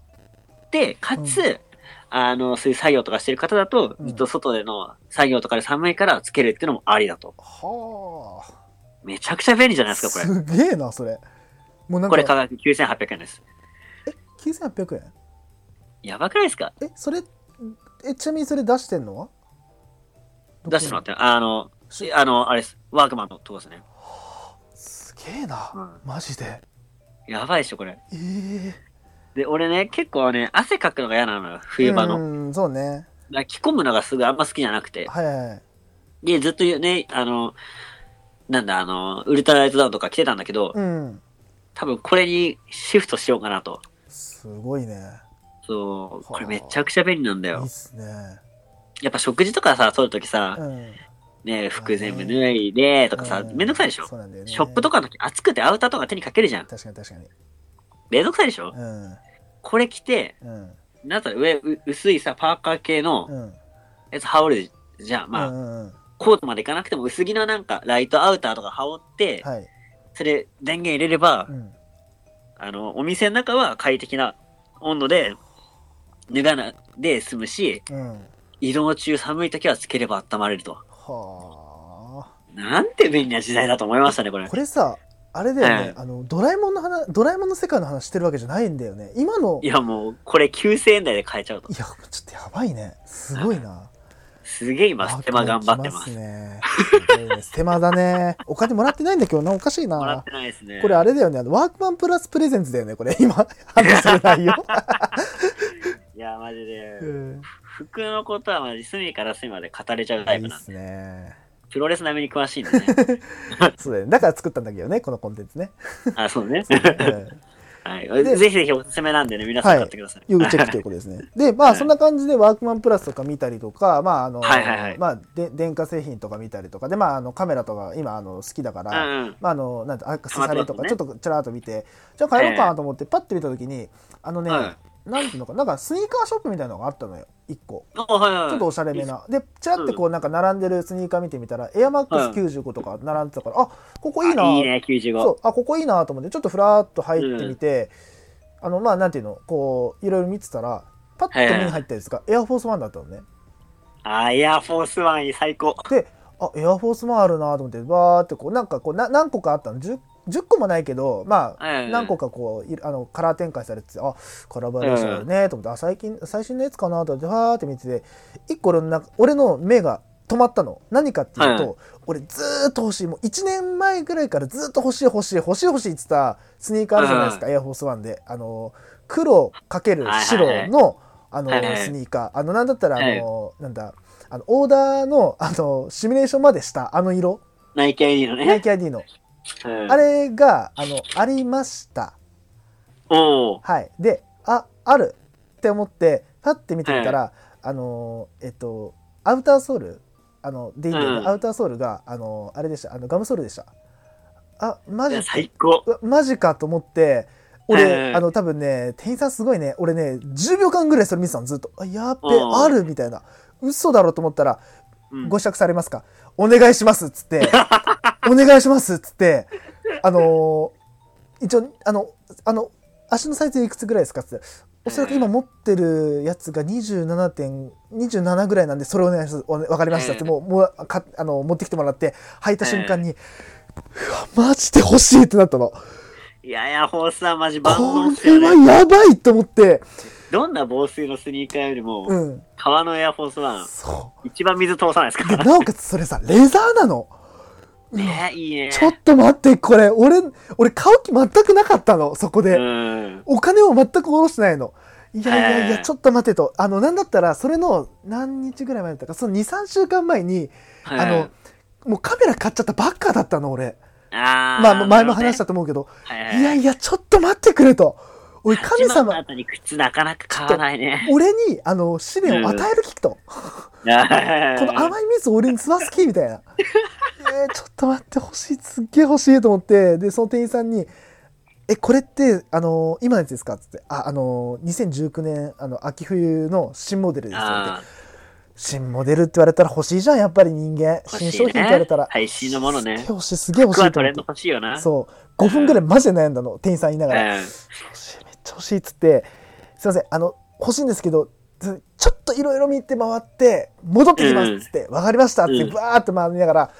Speaker 2: で、かつ、あの、そういう作業とかしてる方だと、
Speaker 3: うん
Speaker 2: ずっと外での作業とかで寒いからつけるっていうのもありだと。
Speaker 3: はあ。
Speaker 2: めちゃくちゃ便利じゃないですか、これ。
Speaker 3: すげえな、それ。もうなん
Speaker 2: これ価
Speaker 3: か、
Speaker 2: 格9800円です。
Speaker 3: 9800円。
Speaker 2: やばくないですか
Speaker 3: え、それ、え、ちなみにそれ出してんのは
Speaker 2: 出してもらってる、あの、しあの、あれです。ワークマンのとこですね。
Speaker 3: すげえな、
Speaker 2: う
Speaker 3: マジで。
Speaker 2: やばいでしょ、これ。
Speaker 3: ええ
Speaker 2: で、俺ね、結構ね、汗かくのが嫌なのよ、冬場の。だか
Speaker 3: うん、そうね。
Speaker 2: ら着込むのがすぐあんま好きじゃなくて。
Speaker 3: はいはいはい。
Speaker 2: で、ずっとね、あの、なんだ、あの、ウルトラライトダウンとか着てたんだけど、
Speaker 3: うん。
Speaker 2: 多分これにシフトしようかなと。
Speaker 3: すごいね。
Speaker 2: そう、これ
Speaker 3: はあ
Speaker 2: めちゃくちゃ便利なんだ
Speaker 3: いい
Speaker 2: よ
Speaker 3: っ。すね。
Speaker 2: やっぱ食事とかさ、取るとき
Speaker 3: う
Speaker 2: さ、
Speaker 3: ん。
Speaker 2: ね、服全部脱いでとかさ、
Speaker 3: う
Speaker 2: めんどくさいでしょ
Speaker 3: そうなんだよね。
Speaker 2: ショップと
Speaker 3: か。
Speaker 2: かの時暑くてアウターとか手にかけるじゃん。
Speaker 3: 確かに確かに。
Speaker 2: めんどくさいでしょ
Speaker 3: うん。
Speaker 2: これ着て、
Speaker 3: うん。
Speaker 2: なんだ上、う薄いさ、パーカー系の
Speaker 3: うん。
Speaker 2: やつ羽織るじゃん。ま
Speaker 3: う
Speaker 2: あ、
Speaker 3: んうんうん。
Speaker 2: コートまでいかなくても薄着のなんか、ライトアウターとか羽織って、
Speaker 3: はい。
Speaker 2: それ電源入れれば
Speaker 3: う、ん。
Speaker 2: あの、お店の中は快適な温度で、脱がないで済むし、
Speaker 3: うん。
Speaker 2: 移動中寒い時はつければ温まれると。
Speaker 3: はあ。
Speaker 2: なんて便利な時代だと思いましたね、これ。
Speaker 3: これさ、あれだよね、
Speaker 2: う
Speaker 3: あの、ドラえもんの話、ドラえもんの世界の話してるわけじゃないんだよね。今の、
Speaker 2: いや、もう、これ9000円台で買えちゃうと。
Speaker 3: いや、ちょっとやばいね。すごいな。
Speaker 2: すげえ今、ステマ頑張ってま
Speaker 3: わか
Speaker 2: す。
Speaker 3: りね。すごいねステマだね。お金もらってないんだけどな、おかしい
Speaker 2: もらっ
Speaker 3: な
Speaker 2: て。ないですね。
Speaker 3: これあれだよね、あのワークマンプラスプレゼンツだよね、これ。 [LAUGHS] 今、話してる内
Speaker 2: [LAUGHS]
Speaker 3: 容。
Speaker 2: いや、マジで
Speaker 3: う。ん
Speaker 2: 服のことは、マジ隅から隅まで語れちゃうタイ
Speaker 3: いい
Speaker 2: プ
Speaker 3: っ
Speaker 2: なんで。
Speaker 3: すね。
Speaker 2: プロレス並みに詳しいんで [LAUGHS] ね。
Speaker 3: そうだよね。だから作ったんだけどね、このコンテンツね。
Speaker 2: あ、そうね。
Speaker 3: うん
Speaker 2: はい。
Speaker 3: で
Speaker 2: ぜひぜひおすすめなんでね、皆さん買ってください。
Speaker 3: 要チェックということですね。で、ま
Speaker 2: は
Speaker 3: あ
Speaker 2: い
Speaker 3: そんな感じでワークマンプラスとか見たりとか、まああの、
Speaker 2: はいはいはい
Speaker 3: まあで電化製品とか見たりとか、で、まああのカメラとか今あの好きだ
Speaker 2: [LAUGHS]
Speaker 3: か
Speaker 2: うん
Speaker 3: ら、
Speaker 2: うん。
Speaker 3: まあ、あのなんてアクセサリーとか
Speaker 2: あ
Speaker 3: ちょ
Speaker 2: と
Speaker 3: っとちらっと見てじゃあ帰ろうかなと思ってパッて見た時にあのね、
Speaker 2: は
Speaker 3: なんていうのかなんかスニーカーショップみたいなのがあったのよ1個
Speaker 2: あはいはい。
Speaker 3: ちょっとおしゃれめなでちらってこうなんか並んでるスニーカー見てみたらエアマックス95とか並んでたから、あここいいな
Speaker 2: あいいね、95。
Speaker 3: そうあここいいなと思ってちょっとふらーっと入ってみて、あのまあなんていうのこういろいろ見てたらパッと目に入ったやつがエアフォースワンだったのね
Speaker 2: あ、エアフォースワンいい、最高。
Speaker 3: であエアフォースもあるなと思ってバーってこうなんかこうな何個かあったの 10, 10個もないけどまあ、
Speaker 2: うんうん
Speaker 3: 何個かこういあのカラー展開されててあカラーバリエーションあるねと思って、あ最近最新のやつかなと思ってバーって見てて1個俺の中俺の目が止まったの何かっていうと、
Speaker 2: は
Speaker 3: 俺ずーっと欲しいもう1年前ぐらいからずっと欲しい欲しい欲しい欲しいって言ってたスニーカーあるじゃないですか、エアフォースワンであの黒かける白の、
Speaker 2: はいはい
Speaker 3: あの、
Speaker 2: はいはい
Speaker 3: スニーカーあのなんだったらあ
Speaker 2: は
Speaker 3: の、なんだあのオーダーのあのシミュレーションまでしたあの色
Speaker 2: ナイキ ID の
Speaker 3: ナイ
Speaker 2: ね。
Speaker 3: キ ID の
Speaker 2: うん
Speaker 3: あれがあのありました
Speaker 2: おお。
Speaker 3: はいでああるって思ってパッて見てみたら、あのえっとアウターソールあのでいいんだよね、
Speaker 2: うん
Speaker 3: アウターソールがあのあれでしたあのガムソールでしたあマ
Speaker 2: い
Speaker 3: ジ
Speaker 2: や最高。
Speaker 3: うわマジかと思って俺、
Speaker 2: うん
Speaker 3: あの多分ね店員さんすごいね俺ね10秒間ぐらいそれ見てたのずっと「あやっべ
Speaker 2: うん
Speaker 3: ある」みたいな嘘だろうと思ったら
Speaker 2: う
Speaker 3: 「
Speaker 2: ん
Speaker 3: ご試着されますかお願いします」っ
Speaker 2: [LAUGHS]
Speaker 3: つって「お願いします」っつってあのー一応あのあの足のサイズいくつぐらいですかっつって。おそらく今持ってるやつが27点、27ぐらいなんで、それお願いします。おわかりましたって、
Speaker 2: うん
Speaker 3: もう、もう、か、あの、持ってきてもらって、履いた瞬間に、うわ、マジで欲しいってなったの。
Speaker 2: いや、エアフォースワンマジ万
Speaker 3: こ
Speaker 2: 能っす
Speaker 3: れ
Speaker 2: よね。
Speaker 3: はやばいと思って、
Speaker 2: どんな防水のスニーカーより
Speaker 3: う
Speaker 2: も、
Speaker 3: ん。
Speaker 2: 革のエアフォースワン、
Speaker 3: そ
Speaker 2: 一番水通さないです
Speaker 3: う。で
Speaker 2: か
Speaker 3: なおかつそれさ、レザーなの。
Speaker 2: ら。ねいいね。
Speaker 3: ちょっと待って、これ、俺、俺買う気全くなかったの、そこで。
Speaker 2: うん。
Speaker 3: お金を全く下ろしてないの。いやいやいや、
Speaker 2: えー
Speaker 3: ちょっと待てと。あの、なんだったら、それの何日ぐらい前だったか、その2、3週間前に、
Speaker 2: はい
Speaker 3: あの、、もうカメラ買っちゃったばっかだったの、俺。
Speaker 2: あー
Speaker 3: まあ、まあ前も話した。と思うけど、
Speaker 2: はいはい
Speaker 3: いやいや、ちょっと待ってくれと。おい、
Speaker 2: 始
Speaker 3: 神
Speaker 2: まった
Speaker 3: 様、
Speaker 2: 後に靴なかなか買わないね。
Speaker 3: 俺に、あの、試練を与える気と。こ
Speaker 2: こ
Speaker 3: の甘い水を俺に吸わす気みたいな。 [LAUGHS] えー、ちょっと待って、欲しい、すっげえ欲しいと思って、で、その店員さんに、え、これって、あの今のやつですかつって、あ、あの2019年、あの、秋冬の新モデルですよって
Speaker 2: あ
Speaker 3: 新モデルって言われたら欲しいじゃん、やっぱり人間。
Speaker 2: ー
Speaker 3: 新商品って言われたら。
Speaker 2: 欲しいねはい、新のもの
Speaker 3: すっ
Speaker 2: ね
Speaker 3: げえ。欲しい、すげえ欲し
Speaker 2: 僕
Speaker 3: い
Speaker 2: は
Speaker 3: と
Speaker 2: ト
Speaker 3: 思っ
Speaker 2: レン
Speaker 3: て
Speaker 2: ド。欲しいよな。
Speaker 3: そう。5分ぐらいマジで悩んだの、店員さん言いながら。
Speaker 2: うん
Speaker 3: 欲しいめっちゃ欲しいっつってすいませんあの欲しいんですけどつちょっといろいろ見て回って戻ってきますっつって、わかりましたっつって
Speaker 2: うん
Speaker 3: バーって回りながら、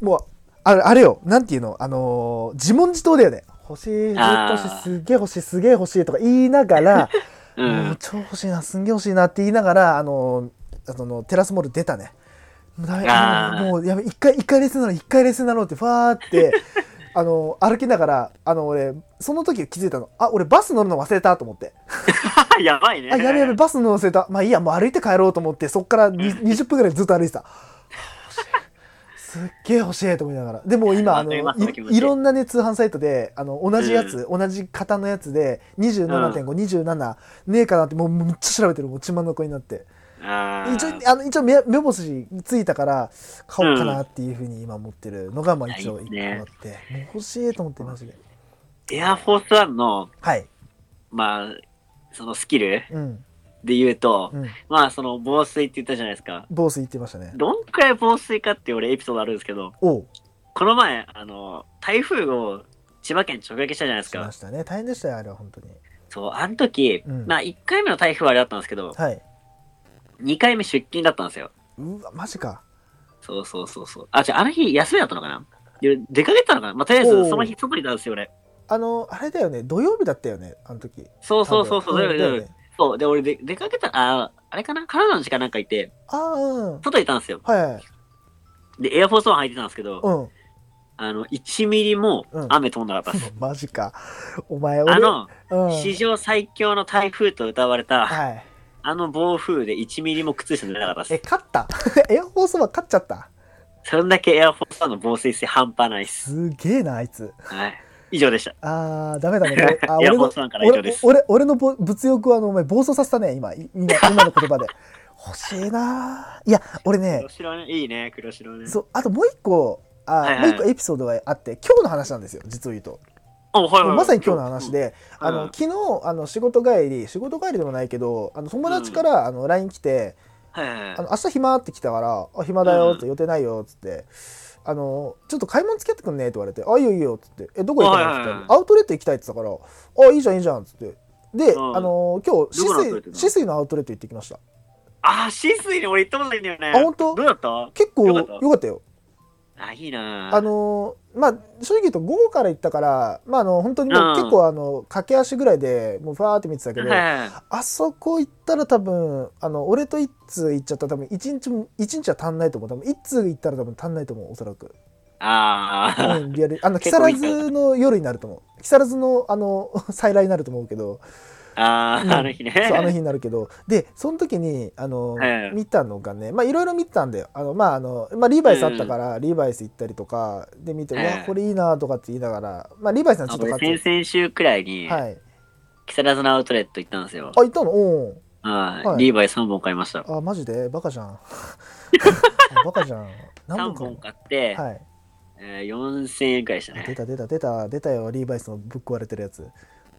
Speaker 3: もうあれあれよなんていうのあのー自問自答だよね欲しいずっと欲し
Speaker 2: あ
Speaker 3: い
Speaker 2: ー
Speaker 3: すげえ欲しいすげえ欲しいとか言いながら、
Speaker 2: う。
Speaker 3: もうん超欲しいなすんげえ欲しいなって言いながらあのーあのテラスモール出たねもうダメ
Speaker 2: あー
Speaker 3: もうやべ一回一回レスなの一回レスなのってファーって
Speaker 2: [LAUGHS]
Speaker 3: あの歩きながらあの俺その時気づいたのあ俺バス乗るの忘れたと思って
Speaker 2: [LAUGHS] やばいね。
Speaker 3: あやべやべバス乗るの忘れたまあいいやもう歩いて帰ろうと思ってそっからに20分ぐらいずっと歩い
Speaker 2: [LAUGHS]
Speaker 3: てたすっげえ欲しいと思いながらでも今あ
Speaker 2: わ
Speaker 3: の
Speaker 2: かりますその気持
Speaker 3: い
Speaker 2: ち
Speaker 3: いろんなね通販サイトであの同じやつ、同じ型のやつで27.527、27ねえかなってもうもうめっちゃ調べてるもう血まの子になって
Speaker 2: あー
Speaker 3: 一応あの一応目目星ついたから買おうかなっていうふうに今持ってるのがまあ一応
Speaker 2: い
Speaker 3: 一
Speaker 2: やいいね
Speaker 3: 個あって、もう欲しいと思ってましたけど
Speaker 2: エアフォースワンの、
Speaker 3: はい
Speaker 2: まあ、そのスキル
Speaker 3: うん
Speaker 2: で言うと
Speaker 3: う、ん
Speaker 2: まあ、その防水って言ったじゃないですか。
Speaker 3: ボス言ってましたね
Speaker 2: どんくらい防水かって俺エピソードあるんですけど、
Speaker 3: おう
Speaker 2: この前、あの、台風を千葉県直撃したじゃないです
Speaker 3: しま
Speaker 2: か。
Speaker 3: したね大変でしたよあれは本当に
Speaker 2: そう、あの時、
Speaker 3: うん
Speaker 2: まあ、1回目の台風はあれだったんですけど、
Speaker 3: はい
Speaker 2: 2回目出勤だったんですよ。
Speaker 3: うわマジか
Speaker 2: そうそうそうそう。あ、じゃあ、あの日休みだったのかなで出かけてたのかなまあ、とりあえず、その日外にいたんですよ、俺。
Speaker 3: あのあれだよね土曜日だったよねあの時
Speaker 2: そうそうそうそう。
Speaker 3: 多
Speaker 2: だよ
Speaker 3: 分ん
Speaker 2: ねだ
Speaker 3: だよ
Speaker 2: よね
Speaker 3: ね
Speaker 2: そう。で、俺で、出かけたら、あ、あれかなカナダの時間なんかいて、
Speaker 3: ああうん
Speaker 2: 外にいたんですよ。
Speaker 3: はいはい
Speaker 2: で、エアフォースワン履いてたんですけど、
Speaker 3: うん
Speaker 2: あの、1ミリも雨飛んなかったです。
Speaker 3: マジかお前俺
Speaker 2: あの、
Speaker 3: うん
Speaker 2: 史上最強の台風と歌われた、
Speaker 3: はい
Speaker 2: あの暴風で1ミリも靴下濡れなかったで
Speaker 3: え勝った [LAUGHS] エアフォースは勝っちゃった
Speaker 2: す。そんだけエアフォースワンの防水性半端ないっす。
Speaker 3: すげえなあいつ
Speaker 2: はい。以上でした。
Speaker 3: あー、ダメだ
Speaker 2: [LAUGHS]
Speaker 3: ね。これあ
Speaker 2: いや
Speaker 3: 俺
Speaker 2: ボ
Speaker 3: の
Speaker 2: スさんから以上で
Speaker 3: 俺
Speaker 2: す
Speaker 3: 俺俺のぼ物欲はあのお前暴走させたね、今、い今今の言葉で。 [LAUGHS] 欲しいなーいや、俺ね
Speaker 2: 黒、白ね、いいね、黒白ね。
Speaker 3: そうあともう一個、あー
Speaker 2: はいはい
Speaker 3: もう一個エピソードがあって、今日の話なんですよ、実を言うと。
Speaker 2: おはいはいはい
Speaker 3: まさに今日の話。で、
Speaker 2: うん
Speaker 3: あの昨日あの仕事帰り、仕事帰りでもないけど、あの友達から、あの LINE 来て、
Speaker 2: はいはいはい
Speaker 3: あの明日暇って来たから「あ暇だよ」っ
Speaker 2: う
Speaker 3: て「予定ないよ」っつって、あの「ちょっと買い物付き合ってくんね」って言われて「あいいよいいよ」っつって「えどこ行くの?」っつ
Speaker 2: はいはいはい
Speaker 3: って「アウトレット行きたい」って言ってたから「あいいじゃんいいじゃん」っつってで、
Speaker 2: うん
Speaker 3: あの今日
Speaker 2: どこのアウトレッ
Speaker 3: 止
Speaker 2: トな
Speaker 3: 水
Speaker 2: の
Speaker 3: 止水のアウトレット行ってきました
Speaker 2: あー、シスイに俺行ったことないんだよね。
Speaker 3: あ本当
Speaker 2: どうだった
Speaker 3: 結構
Speaker 2: よか
Speaker 3: よか
Speaker 2: っ
Speaker 3: った
Speaker 2: た
Speaker 3: よ
Speaker 2: あ、いいな
Speaker 3: あのまあ正直言うと午後から行ったからまああの本当にもう
Speaker 2: うん
Speaker 3: 結構あの駆け足ぐらいでもうファーって見てたけど、
Speaker 2: はい
Speaker 3: あそこ行ったら多分あの俺と一通行っちゃったら多分一日も一日は足んないと思う多分一通行ったら多分足んないと思うおそらく
Speaker 2: ああ、
Speaker 3: うん、リアルあの木
Speaker 2: 結構
Speaker 3: 更
Speaker 2: いいから
Speaker 3: 津の夜になると思う木更津のあの [LAUGHS] 再来になると思うけど
Speaker 2: あ
Speaker 3: うん
Speaker 2: あ、あの日ね。
Speaker 3: そうあの日になるけどでその時にあの、
Speaker 2: ええ
Speaker 3: 見たのがねまあいろいろ見てたんだよあの、まああのまあ、リーバイスあったから、リーバイス行ったりとかで見て、
Speaker 2: ええ
Speaker 3: うわこれいいなとかって言いながら、まあ、リーバイスさんちょ
Speaker 2: あ
Speaker 3: っと買っ
Speaker 2: 俺
Speaker 3: て
Speaker 2: 先々週くらいに、
Speaker 3: はい
Speaker 2: 木更津のアウトレット行ったんですよ
Speaker 3: あ。行ったのお
Speaker 2: はい、
Speaker 3: はい
Speaker 2: リーバイ3本買いました。
Speaker 3: ーあマジでバカじゃ
Speaker 2: [LAUGHS]
Speaker 3: んバカじゃん
Speaker 2: 3本買って、
Speaker 3: はい
Speaker 2: えー4000円くらいでした
Speaker 3: あ出
Speaker 2: ね。
Speaker 3: た出た出た出たよリーバイスのぶっ壊れてるやつ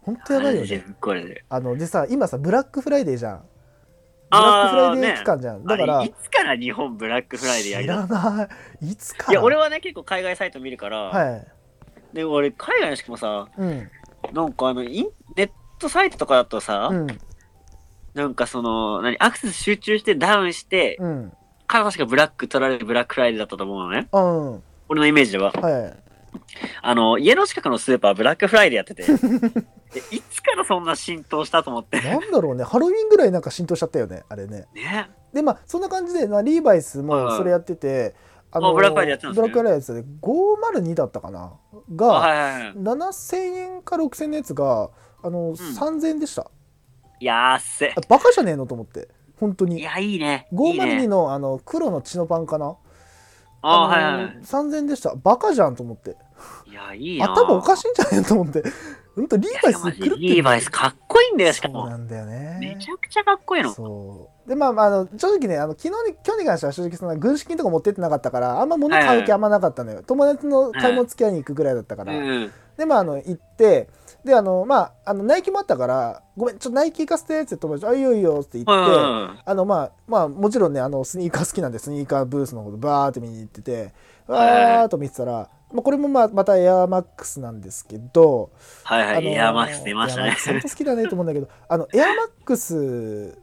Speaker 3: 本当やばいよ
Speaker 2: マジで
Speaker 3: ね
Speaker 2: ぶっ壊れてる。
Speaker 3: あのでさ今さブラックフライデーじゃんブラッ
Speaker 2: あー
Speaker 3: クフライデー期間じゃん、だか
Speaker 2: あれ
Speaker 3: ら
Speaker 2: いつから日本ブラックフライデーや
Speaker 3: 知
Speaker 2: り
Speaker 3: ら
Speaker 2: だ
Speaker 3: ないいつか
Speaker 2: い
Speaker 3: ら
Speaker 2: や、俺はね、結構海外サイト見るから、
Speaker 3: はい
Speaker 2: で、俺、海外のしかもさ、
Speaker 3: うん
Speaker 2: なんかあの、インネットサイトとかだとさ、
Speaker 3: うん
Speaker 2: なんかその、何、アクセス集中してダウンして、
Speaker 3: うん
Speaker 2: 彼確かブラック取られるブラックフライデーだったと思うのね。
Speaker 3: うん
Speaker 2: 俺のイメージでは。
Speaker 3: はい
Speaker 2: あの、家の近くのスーパー、ブラックフライでやって
Speaker 3: [LAUGHS]
Speaker 2: て、でいつからそんな浸透したと思って。
Speaker 3: なんだろうね、ハロウィンぐらいなんか浸透しちゃったよね、あれね。
Speaker 2: ね。
Speaker 3: で、まあ、そんな感じで、まあ、リーバイスもそれやってて、あ
Speaker 2: あブラックフライデーやってたんですね
Speaker 3: ブラックフライデーやってたで502だったかな
Speaker 2: あ
Speaker 3: が、
Speaker 2: はいはいはい。
Speaker 3: 7000円か6000円のやつがあの、3000円でした
Speaker 2: 安い
Speaker 3: あ。バカじゃねえのと思って本当
Speaker 2: い
Speaker 3: に
Speaker 2: や、いいね。いい
Speaker 3: 502
Speaker 2: ね。
Speaker 3: のあの黒の血のパンかな
Speaker 2: あ
Speaker 3: の
Speaker 2: はいはいはい。
Speaker 3: 3000円でしたバカじゃんと思って
Speaker 2: いや、いいな。
Speaker 3: 頭おか
Speaker 2: し
Speaker 3: しいんじゃないと思って本当リーバイス狂ってる
Speaker 2: リーバイスかっこいいんだよ、しか
Speaker 3: そう
Speaker 2: も。
Speaker 3: なんだよね
Speaker 2: めちゃくちゃかっこいいの。
Speaker 3: そうでまあまああの正直ねあの昨日に今日に関しては正直そんな軍資金とか持ってってなかったからあんま物買う気あんまなかったのよ、友達の買い物付き合いに行くぐらいだったか
Speaker 2: う
Speaker 3: ら、
Speaker 2: ん。
Speaker 3: でまああの行ってであのまああのナイキもあったから「ごめんちょっとナイキ行かせて」って友達「あいいよいいよ」って言って、
Speaker 2: うん。
Speaker 3: あのまあまあもちろんねあのスニーカー好きなんでスニーカーブースのことバーって見に行っててわーっと見てたら、まあ、これもまあまたエアマックスなんですけど、
Speaker 2: はいは
Speaker 3: あの
Speaker 2: い。エアマックス出ました
Speaker 3: エア
Speaker 2: ね
Speaker 3: マック。ス本当好きだねと思うんだけどあのエアマックス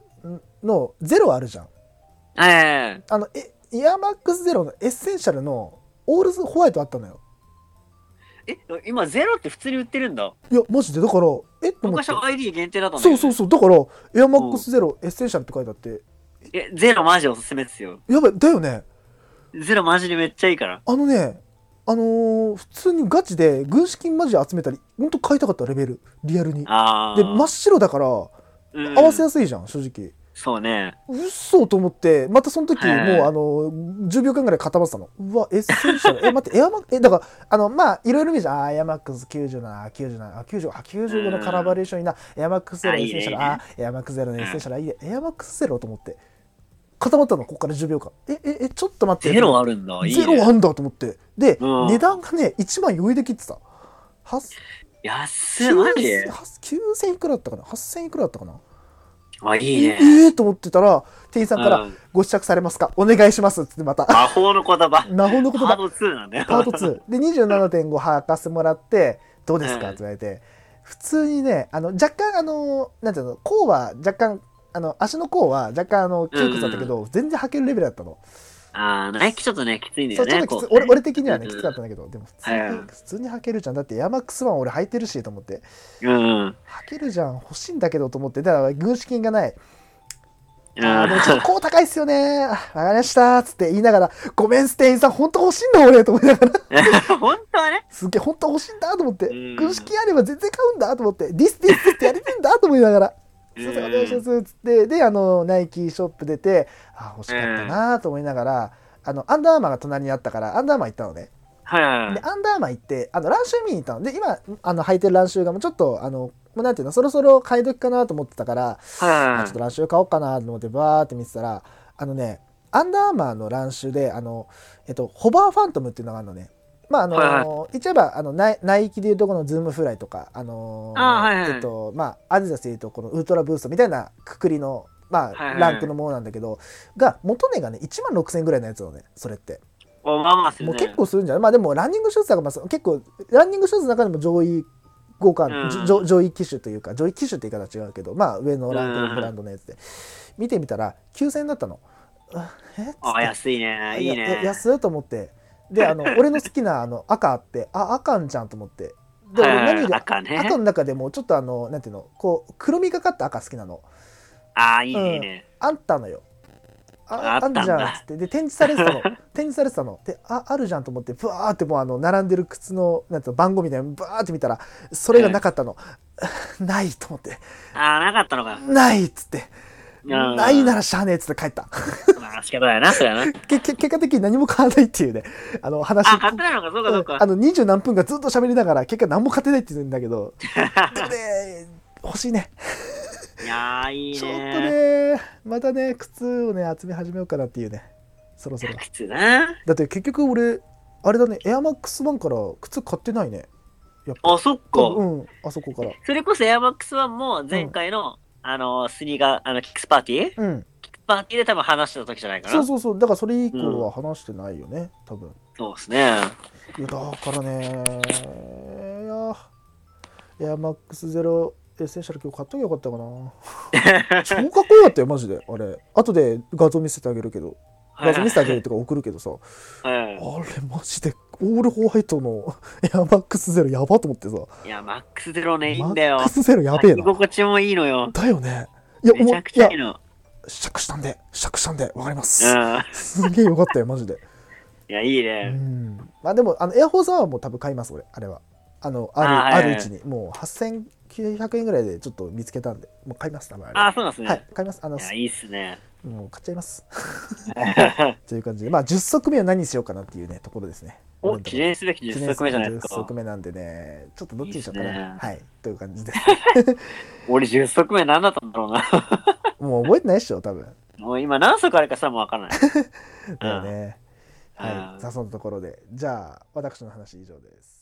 Speaker 3: のゼロあるじゃん
Speaker 2: [LAUGHS] はいはい。
Speaker 3: あのえエアマックスゼロのエッセンシャルのオールホワイトあったのよ
Speaker 2: え、今ゼロって普通に売ってるんだ。
Speaker 3: いやマジでだからえと思って
Speaker 2: 昔は ID 限定だったんだけ
Speaker 3: そ
Speaker 2: ど
Speaker 3: うそうそうだからエアマックスゼロエッセンシャルって書いてあって
Speaker 2: え、ゼロマジおすすめですよ。
Speaker 3: やばいだよね
Speaker 2: ゼロマジでめっちゃいいから。
Speaker 3: あのねあのー普通にガチで軍資金マジで集めたりほんと買いたかったレベルリアルにで
Speaker 2: ああ。
Speaker 3: 真っ白だから合
Speaker 2: うん
Speaker 3: わせやすいじゃん正直
Speaker 2: そうね。
Speaker 3: うっそと思ってまたその時もう
Speaker 2: はいはい
Speaker 3: あのー10秒間ぐらい固まってたのうわエッセンシャルえ待ってエアマックえだからあのまあいろいろ見るじゃんあーエアマックス97あ97あ95あ95のカラーバリエーションいいなエアマックスゼロ
Speaker 2: あ
Speaker 3: エ
Speaker 2: い
Speaker 3: ッ
Speaker 2: い
Speaker 3: セ
Speaker 2: ね
Speaker 3: ンシャ
Speaker 2: いい
Speaker 3: ル
Speaker 2: ね
Speaker 3: あエアマックスゼロのエッセンシャルあいいねエアマックスゼロと思って固まったのここから10秒間えええちょっと待って
Speaker 2: ゼロあるんだ。いい、ね。
Speaker 3: ゼロあんだと思ってで、
Speaker 2: うん
Speaker 3: 値段がね1万余裕で切ってた
Speaker 2: 安い、マジ
Speaker 3: 9000 9000いくらだったかな8000いくらだったかな
Speaker 2: あ、いいね。
Speaker 3: ええーと思ってたら店員さんから
Speaker 2: うん
Speaker 3: 「ご試着されますかお願いします」っつってまた [LAUGHS]
Speaker 2: 魔法の言葉。
Speaker 3: 魔法の言
Speaker 2: ハー
Speaker 3: 葉
Speaker 2: ド2なんだよ。
Speaker 3: パート2で27.5履かせてもらって「どうですか?」
Speaker 2: うん
Speaker 3: って言われて普通にねあの若干あのなんていうの甲は若干あの足の甲は若干あの窮屈だったけど、全然履けるレベルだったの
Speaker 2: ああ、ナイキちょっとね、きついんだ
Speaker 3: そ
Speaker 2: よ
Speaker 3: うちょ
Speaker 2: ね。
Speaker 3: っときつ
Speaker 2: こ
Speaker 3: いう俺俺的にはね
Speaker 2: うん
Speaker 3: きつかったんだけどでも普通
Speaker 2: はいはい
Speaker 3: に普通に履けるじゃんだってエアマックスワン俺履いてるしと思って
Speaker 2: うん。うん。
Speaker 3: 履けるじゃん欲しいんだけどと思ってだから軍資金がないあーでもちょっとこう高いっすよねあわかりましたっつって言いながらごめんステインさん本当欲しいんだ俺と思いながら [LAUGHS]
Speaker 2: 本当はね。
Speaker 3: すっげえ本当欲しいんだと思って
Speaker 2: うん
Speaker 3: 軍資金あれば全然買うんだと思ってディスディスってやりてんだと思いながらすいませんお願いしますっつってであのナイキショップ出てあー欲しかったなと思いながらあのアンダーアーマーが隣にあったからアンダーアーマー行ったのね
Speaker 2: はいはいは
Speaker 3: で
Speaker 2: い。
Speaker 3: アンダーマン行ってあの乱臭見に行ったので今あの履いてる乱臭がもうちょっとあのもうなんていうのそろそろ買い時かなと思ってたから、
Speaker 2: はい
Speaker 3: あ
Speaker 2: はい
Speaker 3: ちょっと乱臭買おうかなと思ってバーって見てたらあのねアンダーアーマーの乱臭であの、えっと、ホバーファントムっていうのがあるのね。まああの
Speaker 2: はい
Speaker 3: 言っちゃえばあのナイナイキでいうとこのズームフライとか、あの
Speaker 2: あーはいはい
Speaker 3: えっとまあ、アディダスでいうとこのウルトラブーストみたいなくくりの、まあ
Speaker 2: はいはい
Speaker 3: ランクのものなんだけどが元値がね1万6000円ぐらいのやつなのねそれって。
Speaker 2: おまあまあする
Speaker 3: も
Speaker 2: ね。
Speaker 3: う結構するんじゃないまあでもランニングシューズだからまあその結構ランニングシューズの中でも上位互換、
Speaker 2: うん
Speaker 3: じょ上上位機種というか上位機種って言い方は違うけどまあ上のランク
Speaker 2: う
Speaker 3: の
Speaker 2: ん
Speaker 3: ブランドのやつで見てみたら9000円だったの。あえっつって
Speaker 2: あ安いね。いい
Speaker 3: やや
Speaker 2: ね。
Speaker 3: 安いと思って
Speaker 2: [LAUGHS]
Speaker 3: であの俺の好きなあの赤あってあ赤んじゃんと思ってで
Speaker 2: は
Speaker 3: 俺
Speaker 2: いはい
Speaker 3: 何より
Speaker 2: 赤ね
Speaker 3: 赤の中でもちょっとあのなんていうのこう黒みがかった赤好きなの
Speaker 2: ああ、いい
Speaker 3: うん
Speaker 2: ね、いいね。
Speaker 3: あったのよ。あ
Speaker 2: あ
Speaker 3: あ
Speaker 2: った
Speaker 3: ん
Speaker 2: ん
Speaker 3: じ
Speaker 2: だ
Speaker 3: ゃんっつってで展示されて
Speaker 2: [LAUGHS]
Speaker 3: たの展示されてたのでああるじゃんと思ってブワーってもうあの並んでる靴のなんていうの番号みたいなのブワーって見たらそれがなかったの、 [LAUGHS] ないと思って
Speaker 2: ああ、なかったのか。
Speaker 3: ないっつって
Speaker 2: うん
Speaker 3: ないならしゃあねえっつって帰った
Speaker 2: まあ、仕方ないな、それ
Speaker 3: [LAUGHS]
Speaker 2: はな。
Speaker 3: けけ結果的に何も買わないっていうねあの話
Speaker 2: あ、買ってないのか、そうか、そう
Speaker 3: う
Speaker 2: か
Speaker 3: んあ。の二十何分間ずっと喋りながら結果何も勝てないって言うんだ
Speaker 2: [LAUGHS]
Speaker 3: けどでもね欲しいね
Speaker 2: いやー、いいね。
Speaker 3: ちょっとねまたね靴をね集め始めようかなっていうねそろそろ
Speaker 2: 靴な。
Speaker 3: だって結局俺あれだねエアマックス1から靴買ってないねやっぱ
Speaker 2: あ、そっか。
Speaker 3: うんあそこから
Speaker 2: それこそエアマックスワンも前回の、あの、スニーカー、あの、キックスパーティー
Speaker 3: うん
Speaker 2: キックスパーティーで多分話した時じゃないかな。
Speaker 3: そうそうそうだからそれ以降は話してないよね、多分
Speaker 2: そうですね。
Speaker 3: いやだからねいやエアマックスゼロエッセンシャル今日買っときゃ
Speaker 2: [LAUGHS]
Speaker 3: よかったかな超かっこよかったよマジであれ後で画像見せてあげるけど
Speaker 2: はい
Speaker 3: ラズミスターゲイとか送るけどさ、
Speaker 2: は
Speaker 3: あれマジでオールホワイトの [LAUGHS] エアマックスゼロやばと思ってさ
Speaker 2: い。いや、マックスゼロね、いい
Speaker 3: マ
Speaker 2: んだよ
Speaker 3: ック。スゼロやべえ
Speaker 2: 履き
Speaker 3: な
Speaker 2: 心地もいいのよ。
Speaker 3: だよねいや
Speaker 2: めち
Speaker 3: もう
Speaker 2: ゃ
Speaker 3: い
Speaker 2: くちゃ
Speaker 3: や
Speaker 2: いいの。
Speaker 3: 試着したんで試着したんでわかりま
Speaker 2: う
Speaker 3: す、
Speaker 2: ん。
Speaker 3: すげえよかったよマジで
Speaker 2: いや、い [LAUGHS] いうね。
Speaker 3: んまあでもあのエアフォースワンはもう多分買います俺あれはあのある
Speaker 2: あ
Speaker 3: あ,、
Speaker 2: はい
Speaker 3: るうちにもう8900円ぐらいでちょっと見つけたんでもう買います多分あれ
Speaker 2: あ、そうなんですね。
Speaker 3: はい買いますあの
Speaker 2: いや、いいっすね。
Speaker 3: もう買っちゃいます
Speaker 2: [LAUGHS]
Speaker 3: [LAUGHS] という感じでまあ10足目は何にしようかなっていうねところですね
Speaker 2: お、記念すべき
Speaker 3: 記
Speaker 2: 10
Speaker 3: 念
Speaker 2: 作目じゃないです
Speaker 3: 10
Speaker 2: か
Speaker 3: 足。目なんでねちょっとどっちにしようか
Speaker 2: いいっ
Speaker 3: な
Speaker 2: すね
Speaker 3: はいという感じです
Speaker 2: 俺10作目何だったんだろうな。 [LAUGHS]
Speaker 3: もう覚えてないでしょ多分
Speaker 2: もう今何足あるかさもわからない。
Speaker 3: [LAUGHS] だよね
Speaker 2: うん
Speaker 3: はいさあそのところでじゃあ私の話以上です